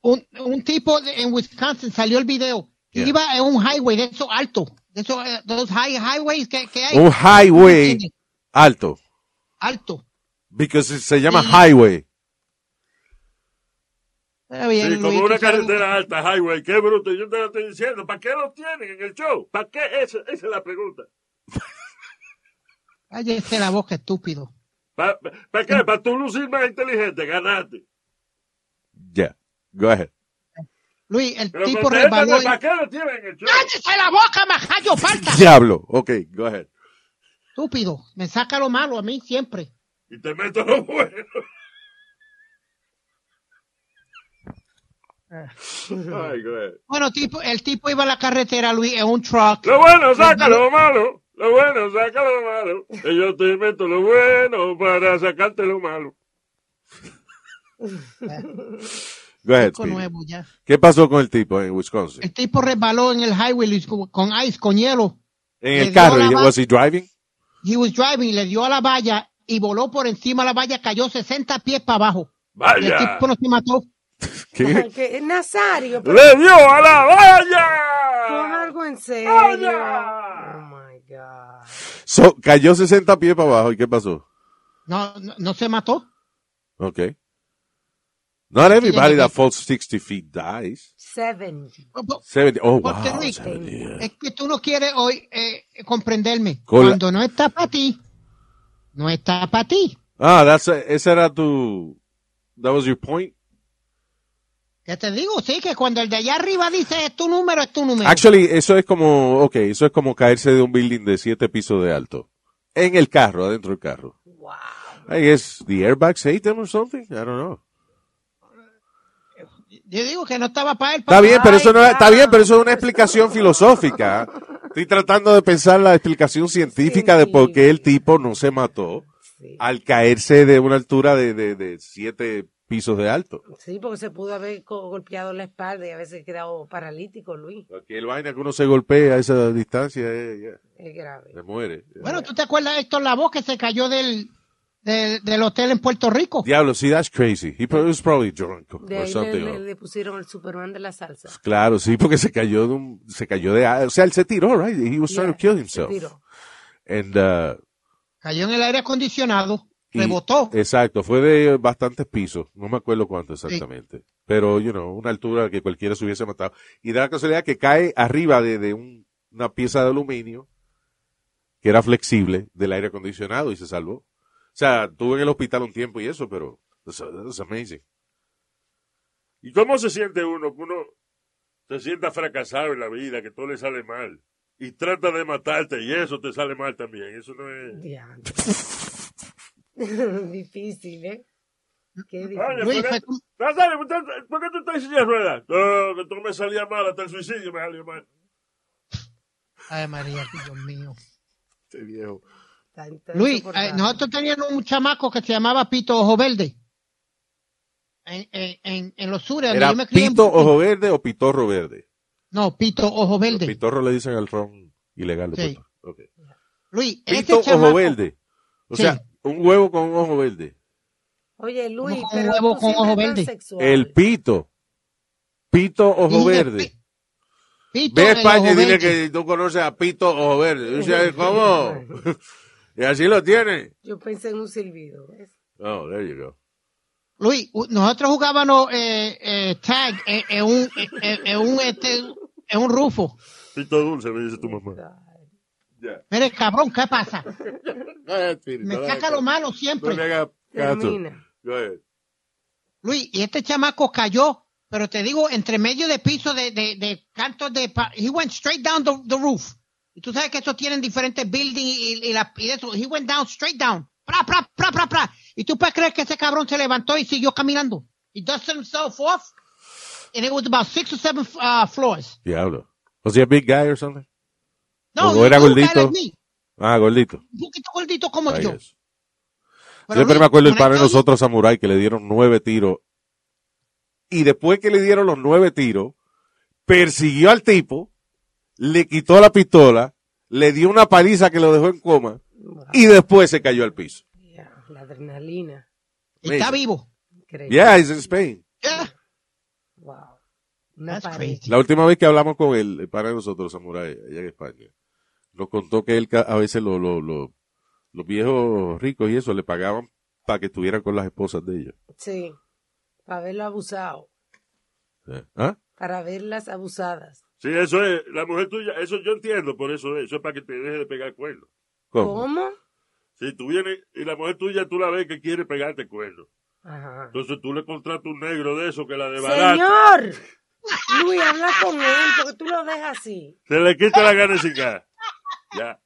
Un, un tipo de- en Wisconsin salió el video. Yeah. Iba en un highway de esos altos, de esos eh, de los high, highways que, que hay. Un highway alto. Alto. Because se llama Sí. highway. Está bien, Sí, Luis, como tú una sabes. carretera alta, highway, qué bruto. Yo te lo estoy diciendo, ¿para qué lo tienen en el show? ¿Para qué? Esa, esa es la pregunta. Cállese la boca, estúpido. ¿Para, para qué? ¿Para tú lucir más inteligente? Ganaste. Yeah. Go ahead. Luis, el Pero tipo revaló. contéstame, el- ¿para qué lo tienen en el show? ¡Cállese la boca, majayo, falta! Diablo. Ok, go ahead. Estúpido, me saca lo malo a mí siempre. Y te meto lo bueno. Ay, güey. Bueno, tipo, el tipo iba a la carretera, Luis, en un truck. Lo bueno, saca lo malo. Lo bueno, saca lo malo. Y yo te invento lo bueno para sacarte lo malo. Go ahead. Con Speedy. nuevo ya. ¿Qué pasó con el tipo en Wisconsin? El tipo resbaló en el highway Luis, con, con ice, con hielo. En el le dio carro. la ¿y- mano. ¿Was he driving? He was driving, le dio a la valla y voló por encima de la valla, cayó 60 pies para abajo. Y el ¡Vaya! tipo no se mató. ¿Qué? Que- Nazario, pero ¡Le dio a la pon valla! algo en serio. Vaya. Oh my God. So, cayó 60 pies para abajo. ¿Y qué pasó? No, no, no se mató. Okay. Not everybody Tiene that que- falls 60 feet dies. Seven. 70. Oh, Porque wow. Luis- 70, yeah. Es que tú no quieres hoy eh, comprenderme. Con la- Cuando no está para ti, no está para ti. Ah, that's ese era tu. That was your point. Ya te digo, sí, que cuando el de allá arriba dice es tu número, es tu número. Actually, eso es como, okay, eso es como caerse de un building de siete pisos de alto. En el carro, adentro del carro. Wow. I guess the airbags hate them or something. I don't Oh know. Yo digo que no estaba para él. Está pa- bien, pero eso no era- está claro. bien, pero eso es una explicación filosófica. Estoy tratando de pensar la explicación científica de por qué el tipo no se mató Sí. al caerse de una altura de, de, de siete pisos de alto. Sí, porque se pudo haber co- golpeado la espalda y haberse quedado paralítico, Luis. Aquel vaina que uno se golpea a esa distancia, eh, ya, Es grave. se muere. Bueno, ¿tú te acuerdas de Héctor Lavoe que se cayó del, del, del hotel en Puerto Rico? Diablo, sí, that's crazy. He pro- was probably drunk De or ahí le, something. le- or- le pusieron el Superman de la salsa. Claro, sí, porque se cayó de un, se cayó de, o sea, él se tiró, right? He was trying Yeah, to kill se himself. tiró. And, uh, Cayó en el aire acondicionado, y- rebotó. Exacto, fue de bastantes pisos, no me acuerdo cuánto exactamente. Pero, you know, una altura que cualquiera se hubiese matado. Y da la casualidad que cae arriba de, de un- una pieza de aluminio que era flexible del aire acondicionado y se salvó. O sea, tuve en el hospital un tiempo y eso, pero, that's, that's amazing. ¿Y cómo se siente uno? Que uno se sienta fracasado en la vida, que todo le sale mal. Y trata de matarte y eso te sale mal también. Eso no es... Diantre. difícil, ¿eh? Qué Oye, difícil. Luis, ¿por qué, fue como- Nazario, ¿por qué- Ah, por qué tú estás en silla de ruedas? No, que tú me salía mal, hasta el suicidio me salió mal. Ay, María, Dios mío. Este viejo. Está- está Luis, insoportable. eh, nosotros teníamos un chamaco que se llamaba Pito Ojo Verde. En, en, en, en los sures. donde ¿Era yo me crié en- pito ojo verde o pitorro verde? No, Pito Ojo Verde. Pitorro le dicen al ron ilegal. de Sí. Puerto Rico. Ok. Luis, Pito ese Este chamaco, ojo verde. O Sí. sea, un huevo con un ojo verde. Oye, Luis, como con pero huevo tú con siempre tan ojo verde. sexual. El pito. Pito ojo dije, verde. Pito Ve a el España y Ojo dile Verde. que tú conoces a Pito ojo verde. Y dice, ¿cómo? y así lo tiene. Yo pensé en un silbido. ¿ves? Oh, there you go. Luis, u- nosotros jugábamos eh, eh, tag en en un, en- en- en un, este, en un rufo. Pito dulce, me dice tu mamá. Ay, Ya. Mire, cabrón, ¿qué pasa? Go Spirit. Me saca lo malo siempre. Termina. Luis, y este chamaco cayó, pero te digo, entre medio de piso de, de, de cantos de... pa- He went straight down the, the roof. Y tú sabes que esos tienen diferentes buildings y, y, la- y eso. He went down, straight down. Pra, pra, pra, pra, pra. Y tú puedes creer que ese cabrón se levantó y siguió caminando. He dusted himself off. And it was about six or seven uh, floors. Diablo. Was he a big guy or something? No, Como era he was a guy gordito. like me, Ah, gordito. Un poquito gordito como I yo. guess. Pero Siempre Luis, me acuerdo el when I padre de tell you- nosotros, Samurai, que le dieron nueve tiros. Y después que le dieron los nueve tiros, persiguió al tipo, le quitó la pistola, le dio una paliza que lo dejó en coma, y después se cayó al piso. Ya, La adrenalina. Está vivo. Increíble. Yeah, he's in Spain. Yeah. Wow. Una That's pared. crazy. La última vez que hablamos con él, el padre de nosotros, Samurai, allá en España, nos contó que él ca- a veces lo- lo- lo- los viejos ricos y eso le pagaban para que estuvieran con las esposas de ellos. Sí. Para verlo abusado. Eh, ¿Ah? Para verlas abusadas. Sí, eso es, la mujer tuya, eso yo entiendo, por eso es, eso es para que te deje de pegar cuerno. ¿Cómo? ¿Cómo? Si tú vienes, y la mujer tuya, tú la ves que quiere pegarte cuerno. Ajá. Entonces tú le contratas un negro de eso que la desbarata, Señor. Luis, habla con él porque tú lo dejas así. se le quita la gana y se cae. Ya.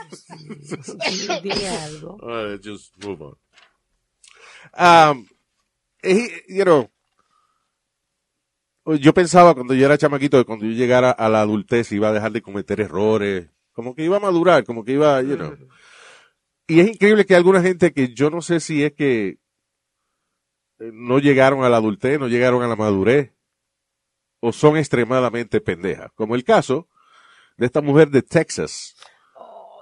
Dile algo. All right, just move on. Um, he- you know, yo pensaba cuando yo era chamaquito que cuando yo llegara a la adultez iba a dejar de cometer errores, como que iba a madurar, como que iba, you know. Y es increíble que alguna gente que yo no sé si es que eh, no llegaron a la adultez, no llegaron a la madurez, o son extremadamente pendejas, como el caso de esta mujer de Texas.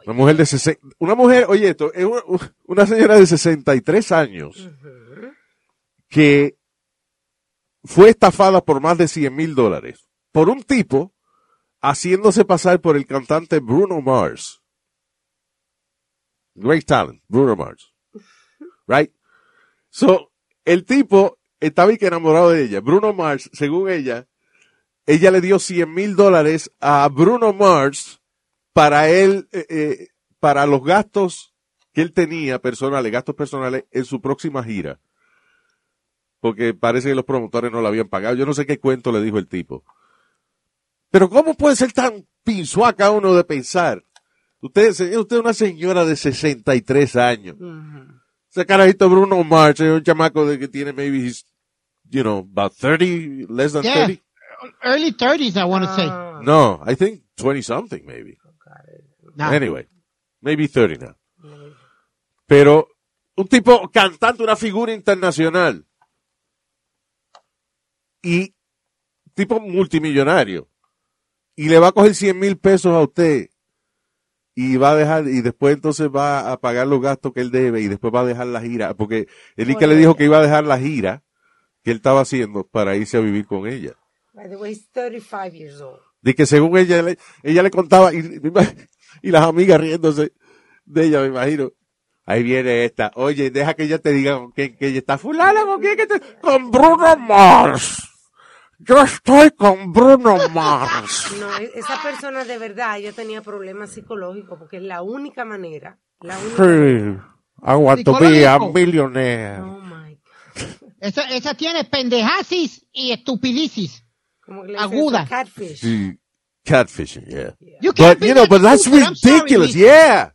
Una mujer de 60, una mujer, oye esto, es una, una señora de 63 años que fue estafada por más de 100 mil dólares por un tipo haciéndose pasar por el cantante Bruno Mars. Great talent, Bruno Mars. Right? So, el tipo estaba y que enamorado de ella. Bruno Mars, según ella, ella le dio 100 mil dólares a Bruno Mars para él, eh, eh, para los gastos que él tenía personales, gastos personales en su próxima gira. Porque parece que los promotores no la habían pagado. Yo no sé qué cuento le dijo el tipo. Pero ¿cómo puede ser tan pinzuaca uno de pensar? Usted, señor, usted es una señora de 63 años. Ese carajito Bruno Mars es un chamaco de que tiene maybe, he's, you know, about 30, less than Yeah. 30. Early 30s, I want to say. Ah, No, I think 20 something maybe. Nah. Anyway, maybe 30 now. Pero un tipo cantante, una figura internacional. Y tipo multimillonario. Y le va a coger 100 mil pesos a usted. Y va a dejar, y después entonces va a pagar los gastos que él debe y después va a dejar la gira. Porque el Ica le dijo que iba a dejar la gira que él estaba haciendo para irse a vivir con ella. By the way, he's 35 years old. De que según ella, le- ella le contaba y, y las amigas riéndose de ella, me imagino. Ahí viene esta. Oye, deja que ella te diga con quién que ella está. Fulana, ¿con quién que te...? Con Bruno Mars. Yo estoy con Bruno Mars. No, e- esa persona de verdad, ella tenía problemas psicológicos porque es la única manera. La única Sí. I want to be a Psicológico. millionaire. Oh my God. Esa, esa tiene pendejasis y estupidicis. Como que le dicen Aguda. eso, Catfish. Sí. Catfishing, yeah. You can't But, be you know, that but that's stupid. I'm sorry, ridiculous, Luis. yeah.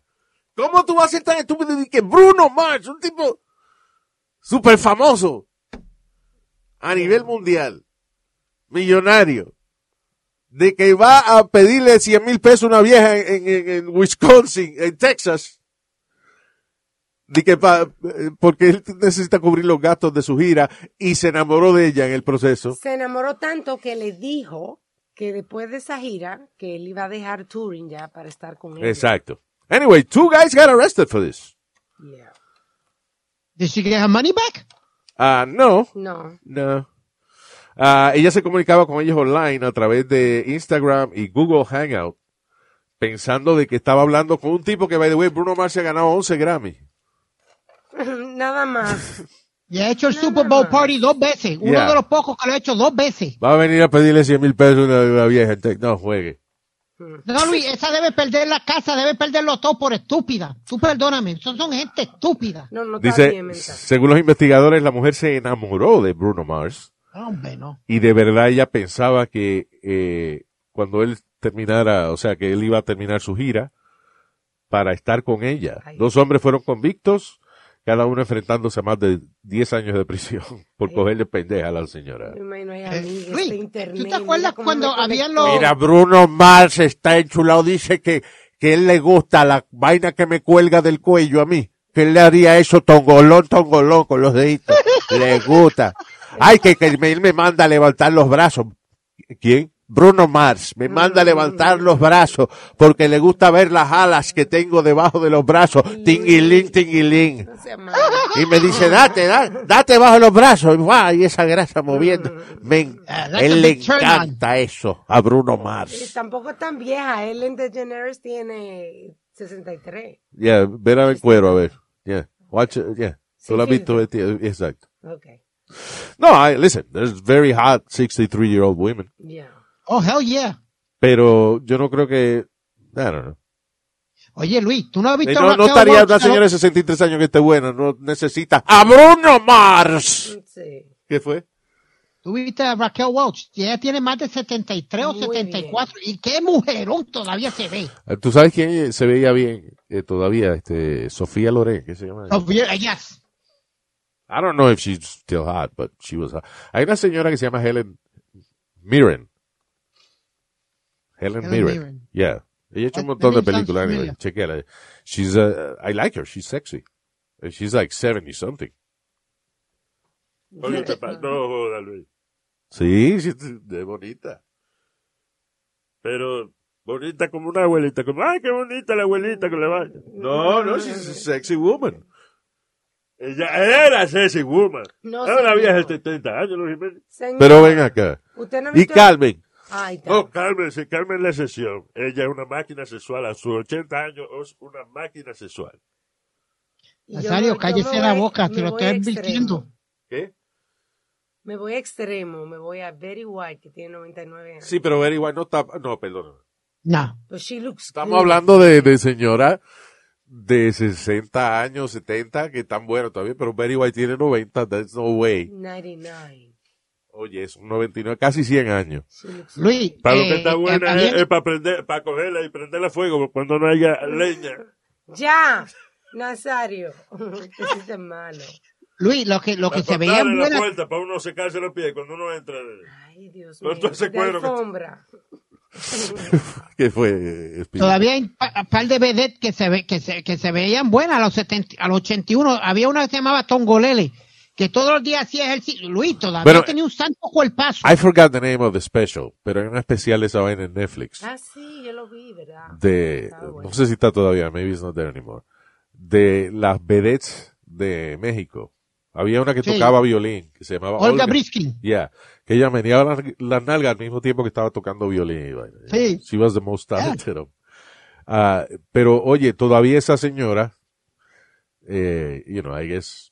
¿Cómo tú vas a ser tan estúpido de que Bruno Mars, un tipo súper famoso a nivel mundial, millonario, de que va a pedirle 100 mil pesos a una vieja en, en- en Wisconsin, en Texas, de que pa- eh, porque él necesita cubrir los gastos de su gira y se enamoró de ella en el proceso. Se enamoró tanto que le dijo que después de esa gira, que él iba a dejar touring ya para estar con ella. Exacto. Anyway, two guys got arrested for this. Yeah. Did she get her money back? Ah, no. No. No. Ah, ella se comunicaba con ellos online a través de Instagram y Google Hangout, pensando de que estaba hablando con un tipo que, by the way, Bruno Mars se ha ganado 11 Grammy. Nada más. Y ha hecho el Super Bowl Party dos veces. Uno Yeah. de los pocos que lo ha hecho dos veces. Va a venir a pedirle 100 mil pesos a una, una vieja. Entonces, no juegue. No, Luis, esa debe perder la casa, debe perderlo todo por estúpida. Tú perdóname, son, son gente estúpida. No, no está Dice, bien mental. según los investigadores, la mujer se enamoró de Bruno Mars Hombre, no. y de verdad ella pensaba que eh, cuando él terminara, o sea, que él iba a terminar su gira para estar con ella. Ay. Dos hombres fueron convictos, cada uno enfrentándose a más de 10 años de prisión por Ay. cogerle pendeja a la señora. Me imagino hay Eh, amigas Luis, de este internet. ¿tú te acuerdas mira cómo cuando me habían conectó. los- Mira, Bruno Mars está enchulado. Dice que, que él le gusta la vaina que me cuelga del cuello a mí. Que él le haría eso tongolón, tongolón con los deditos. Le gusta. Ay, que, que me- él me manda a levantar los brazos. ¿Quién? Bruno Mars me manda a levantar los brazos porque le gusta ver las alas que tengo debajo de los brazos. Tinguilín, tinguilín. No sea malo. Y me dice, date, da- date bajo los brazos. Y, ¡guau! y esa grasa moviendo. Me en- Ah, that's a él le big turn on. encanta eso a Bruno Eh, Mars. Tampoco es tan vieja. Ellen DeGeneres tiene 63. Yeah, ver a ver cuero, a ver. Yeah, watch, it, yeah. Tú la has Sí, visto, vestida- exacto. Ok. No, I, listen, there's very hot 63 year old women. Yeah. Oh, hell yeah. Pero yo no creo que, I don't know. Eh, Oye, Luis, ¿tú no has visto No, a no Raquel estaría una Welch, señora de 63 años que esté buena, no necesita a Bruno Mars. Sí. ¿Qué fue? ¿Tú viste a Raquel Welch? Ella tiene más de 73 o Muy 74. ¿Y qué mujerón todavía se ve? Eh, Tú sabes quién se veía bien eh, todavía, este, Sofía Loren, ¿qué se llama? Oh, yeah, yes. I don't know if she's still hot, but she was hot. Hay una señora que se llama Helen Mirren. Helen, Helen Mirren. Mirren. Yeah. Ella ha hecho That- un montón that de name sounds películas. Anyway. familiar. Chequéala. She's, uh, I like her. She's sexy. And She's like 70 something. Oye, te pa- no joda, Luis. Sí, sí, de bonita. Pero bonita como una abuelita. Como, ay, qué bonita la abuelita que le va. No, no, she's a sexy woman. Ella era sexy woman. No, Era una señor. vieja de 70 años, Luis Jiménez. Señor, Pero ven acá. Usted no ha Y Oh. visto- Calvin. Ay, está. No, cálmense, calmen la sesión. Ella es una máquina sexual. A sus 80 años es una máquina sexual. Y yo Nazario, me- yo cállese me la voy- boca, me te lo voy estoy a advirtiendo. extremo. ¿Qué? Me voy a extremo, me voy a Betty White, que tiene 99 años. Sí, pero very White no está... No, perdón. No. But she looks Estamos good. hablando de, de señora de 60 años, 70, que están buenas todavía, pero Betty White tiene 90, there's no way. 99. Oye, es un 99, casi 100 años. She looks Luis. Para lo eh, que está buena eh, es, habiendo- es para, prender, para cogerla y prenderla a fuego cuando no haya leña. good. Ya, Nazario. Te hiciste malo. Luis, lo que, lo que Para se veía cortarle la buena. puerta para uno secarse los pies cuando uno entra. Ay, Dios No, mío. tú ese de cuero que- alfombra. ¿Qué fue? eh, Espino? Todavía hay un pa- par de vedettes que se, ve, que se, que se veían buenas a los, 70, a los 81. Había una que se llamaba Tongolele, que todos los días hacía ejercicio. Luis, todavía Bueno, tenía un santo cuerpazo. I forgot the name of the special, pero hay una especial de esa vaina en Netflix. Ah, sí, yo lo vi, ¿verdad? De, Está bueno. no sé si está todavía, maybe it's not there anymore. De las vedettes de México. Había una que Sí. tocaba violín, que se llamaba Olga Briskin. Yeah, que ella meneaba las, las nalgas al mismo tiempo que estaba tocando violín. y vaina. Sí. She was the most talented. of- 'em. Ah, pero oye, todavía esa señora, eh, you know, I guess,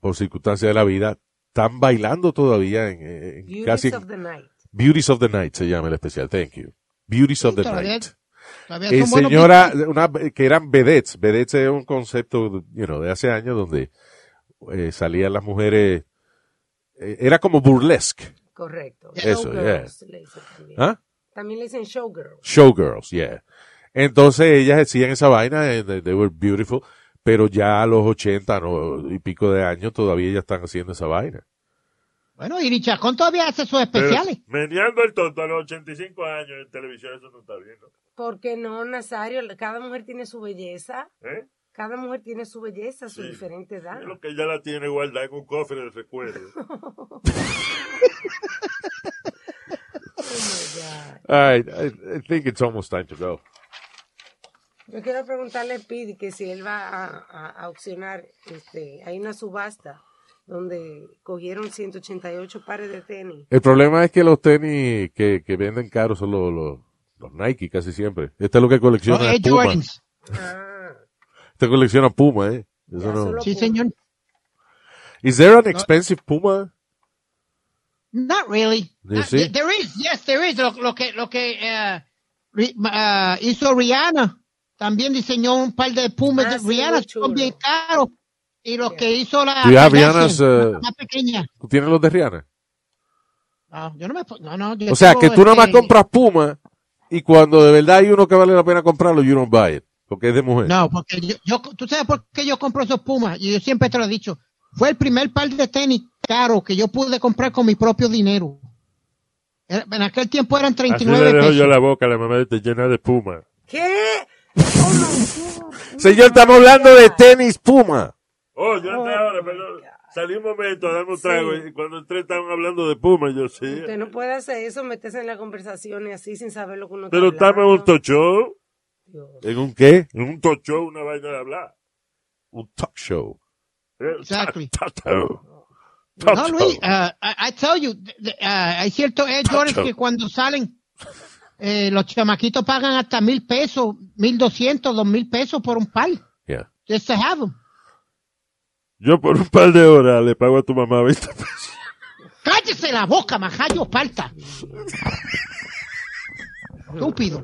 por circunstancias de la vida, están bailando todavía en, en- en Beauties casi of the Night. Beauties of the Night se llama el especial. Thank you. Beauties of the todavía- Night. Todavía Eh, son buenos señora, una, que eran vedettes. Vedettes es un concepto you know, de hace años donde eh, salían las mujeres. eh, era como burlesque. Correcto. Eso, Showgirls le dicen también. ¿Ah? También le dicen showgirl. Showgirls, yeah. Entonces ellas hacían esa vaina, eh, they, they were beautiful, pero ya a los 80 no, y pico de años todavía ellas están haciendo esa vaina. Bueno, y Chacón todavía hace sus Pero especiales. Meneando el tonto a los 85 años en televisión, eso no está bien, ¿no? Porque no, Nazario, cada mujer tiene su belleza. ¿Eh? Cada mujer tiene su belleza, su Sí. diferente edad. Es lo que ya la tiene guardada en un cofre de recuerdo. I, I- I think it's almost time to go. Yo quiero preguntarle a Pidi que si él va a, a- a auccionar. Este, hay una subasta donde cogieron 188 pares de tenis. El problema es que los tenis que, que venden caros son los, los, los Nike casi siempre. Este es lo que Los colecciona Air Puma. Jordans. Ah, Este colecciona Puma, eh. Eso Ya no. solo- Sí, señor. Is there an expensive Puma? Not really. You Not- see? there is, yes, there is. Lo, lo que, lo que, eh, Ri- ah, hizo Rihanna. También diseñó un par de pumas Ah, de sí, Rihanna, muy chulo. son bien caros. Y los que hizo la, Sí, ah, Kardashian, Rihanna's, eh, la más pequeña. ¿Tú tienes los de Rihanna? No, yo no me po- no, no, yo O sea, tengo, que tú nada más este, compras Puma y cuando de verdad hay uno que vale la pena comprarlo, you don't buy it. Porque es de pues. mujer. No, porque yo, yo- tú sabes por qué yo compro esos Pumas, y yo siempre te lo he dicho, fue el primer par de tenis caro que yo pude comprar con mi propio dinero. Era- En aquel tiempo eran Así le 39 dejo pesos. yo la boca a la mamá de te llena de puma. ¿Qué? Oh, my God. Señor, estamos hablando de tenis Puma. Oh, yo entré ahora, perdón. Salí un momento a darme un trago Sí. y cuando entré estaban hablando de puma. Yo sí. Usted no puede hacer eso, meterse en la conversación y así sin saber lo que uno Pero está estamos en un hablando. tocho. Dios. ¿En un qué? En un tocho, una vaina de hablar. Un talk show. Eh, Exactly. ta- Tacho. No, Tacho. Luis, ah, I, I tell you, th- th- ah, hay ciertos Air Jordans Tacho. que cuando salen, eh, los chamaquitos pagan hasta mil pesos, mil doscientos, dos mil pesos por un par. Yeah. Just to have 'em. Yo por un par de horas le pago a tu mamá 20 pesos. ¡Cállese la boca, majayo palta! Estúpido.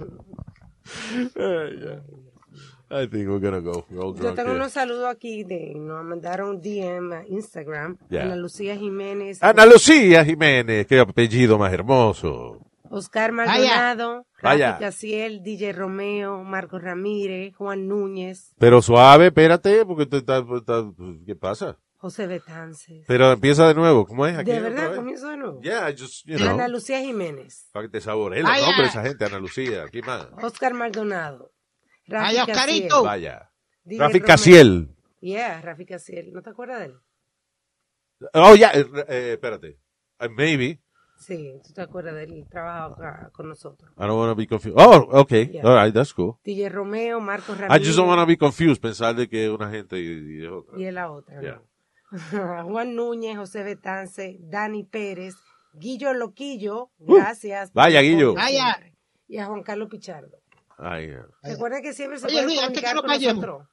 I think we're gonna go. We're all Yo drunk tengo here. unos saludos aquí, de, nos mandaron DM a Instagram, Ya. Ana Lucía Jiménez, Ah, Ana Lucía Jiménez, qué apellido más hermoso. Oscar Vaya. Maldonado, Vaya. Rafi Casiel, DJ Romeo, Marco Ramírez, Juan Núñez, Pero suave, espérate, porque usted está, pues, está- ¿qué pasa? José Betances. Pero empieza de nuevo, ¿cómo es? Aquí De otra verdad, vez. comienzo de nuevo. Yeah, I just, you know, Ana Lucía Jiménez, para que te saboree los Ay, ay. nombres de esa gente, Ana Lucía, ¿qué más? Oscar Maldonado, Rafi Ay, Casiel, Oscarito. Vaya. DJ Rafi Oh. Romeo. Casiel. Yeah, Rafi Casiel. ¿No te acuerdas de él? Oh, ya, eh, eh, espérate. Eh, maybe. Sí, tú te acuerdas de él, él trabajaba acá con nosotros. I don't want to be confused. Oh, okay. Yeah. All right, that's cool. DJ Romeo, Marcos I Ramírez just don't want to be confused, pensar de que es una gente y, y es otra. y es la otra. Yeah. ¿no? Juan Núñez, José Betance, Dani Pérez, Guillo Loquillo, gracias. por Uh. vaya, el Guillo. apoyo Vaya. siempre. Y a Juan Carlos Pichardo. Ay, eh. Recuerda que siempre se Oye, puede Luis, antes comunicar que nos con vayamos. nosotros.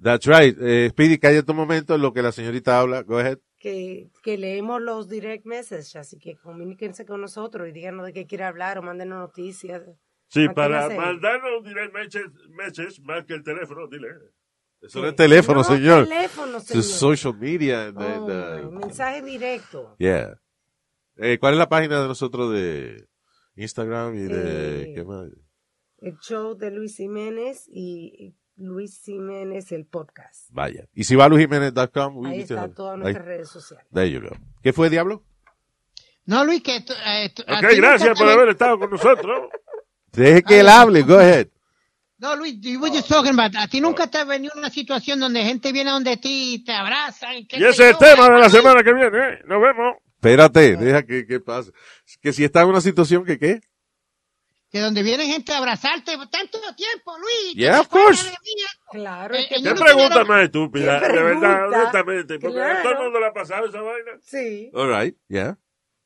That's right. Eh, Speedy, cállate un momento en lo que la señorita habla. Go ahead. Que, que leemos los direct messages, así que comuníquense con nosotros y díganos de qué quiere hablar o mándenos noticias. Sí, Manténgase para ahí. mandarnos un direct message, message, marca el teléfono, dile. Eso no es teléfono, No, señor. teléfono, It's the señor. social media. and the- Oh, the- my, mensaje directo. yeah. Eh, ¿Cuál es la página de nosotros de Instagram y de Eh. qué más? El show de Luis Jiménez y Luis Jiménez el podcast. Vaya. Y si va a luisjiménez.com, we- Ahí we está can- todas ahí- nuestras redes sociales. There you go. ¿Qué fue, Diablo? No, Luis, que... tú- eh, tú- Ah, a ti Ok, nunca gracias te por le- haber estado con nosotros. Deje que Ay, él hable. Go ahead. No, Luis, you were just talking about- a ti Ah. nunca te ha venido una situación donde gente viene donde ti y te abraza. Y, qué Y sé ese es el yo? eh, tema de la semana que viene. ¿eh? Nos vemos. Espérate, deja que, que pase. Que si está en una situación que qué. Que donde viene gente a abrazarte por tanto tiempo, Luis. que Yeah, te of course. acuerdas de mí, eh. Claro, Eh, es que eh, ¿Qué Yo no pregunta quiero- más estúpida? ¿Qué De verdad, pregunta? honestamente. Porque Claro. a todo el mundo le ha pasado esa vaina. sí. All right. Yeah.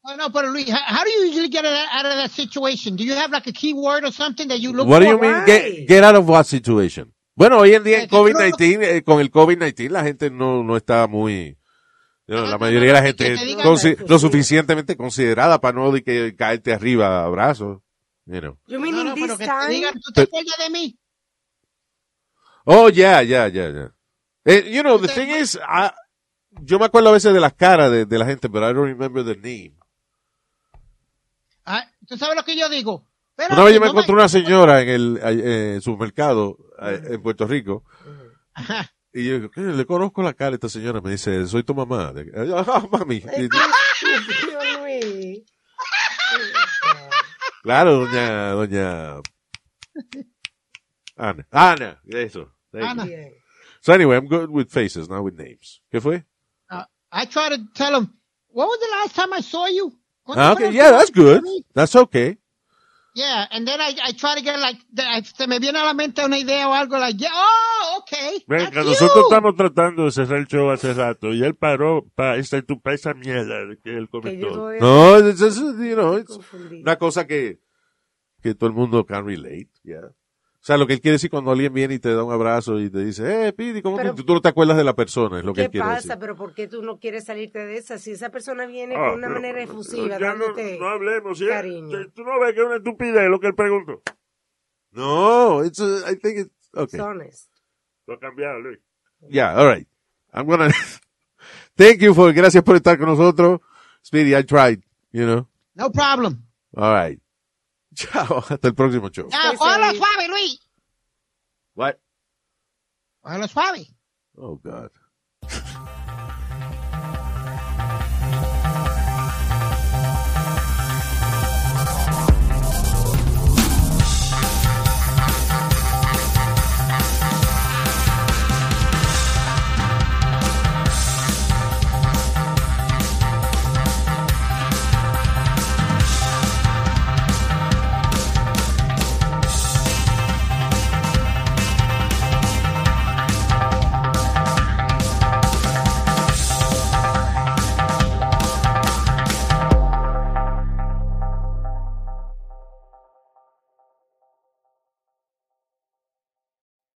No, no, pero Luis, how, how do you usually get out of that situation? Do you have like a keyword or something that you look What do for? you mean why? get, get out of what situation? Bueno, hoy en día en Eh, yo creo- COVID-19, eh, con el COVID-19 la gente no, no está muy... you know, No, la no, mayoría no, de la que gente te es digan consi- eso, lo sí. suficientemente considerada para no de que caerte arriba a brazos. You know. You mean No, in no, pero this que te time? digan, ¿tú te acuerdas de mí? Oh, yeah, yeah, yeah, yeah. Eh, you know, the thing is, I- yo me acuerdo a veces de las caras de, de la gente, pero I don't remember the name. Ah, ¿Tú sabes lo que yo digo? Espérate, Una vez yo me no encontré una señora en el eh, eh, supermercado eh, en Puerto Rico. Ajá. Y yo digo, "¿Qué? le conozco la cara a esta señora. Me dice, soy tu mamá. De- Ah, ah, mami. Y- Dios, Luis. claro, doña, doña. Ana. Ana, eso. Thank you. Ana. Bien. So anyway, I'm good with faces, not with names. ¿Qué fue? Uh, I try to tell them, when was the last time I saw you? When Ah, was okay, the last yeah, time I that's saw good. you? That's okay. Yeah, and then I, I try to get like, the- I- se me viene a la mente una idea o algo, like, yeah, oh, okay. Venga, that's nosotros you. estamos tratando de cerrar el show hace rato. Y él paró para esta estúpida esa mierda de que él Que yo comentó. todavía No, it's just, you know, it's confundí. una cosa que, que todo el mundo can relate, yeah. O sea, lo que él quiere decir cuando alguien viene y te da un abrazo y te dice, eh, Pidi, ¿cómo Pero- que tú no te acuerdas de la persona? Es lo que ¿Qué él quiere pasa? Pues decir. ¿Pero por qué tú no quieres salirte de esa? Si esa persona viene Ah, con una pero- manera efusiva, ya no, dándote... no hablemos. ¿sí? cariño. Tú no ves que es una estupidez lo que él preguntó. No, it's uh, I think it's okay. Sones. Lo ha cambiado, Luis. Yeah, all right. I'm gonna thank you for gracias por estar con nosotros. Speedy, I tried, you know. No problem. All right. Chao, hasta el próximo show. Ah, Stay cógelo safe. suave, Luis. What? Cógelo suave. Oh God.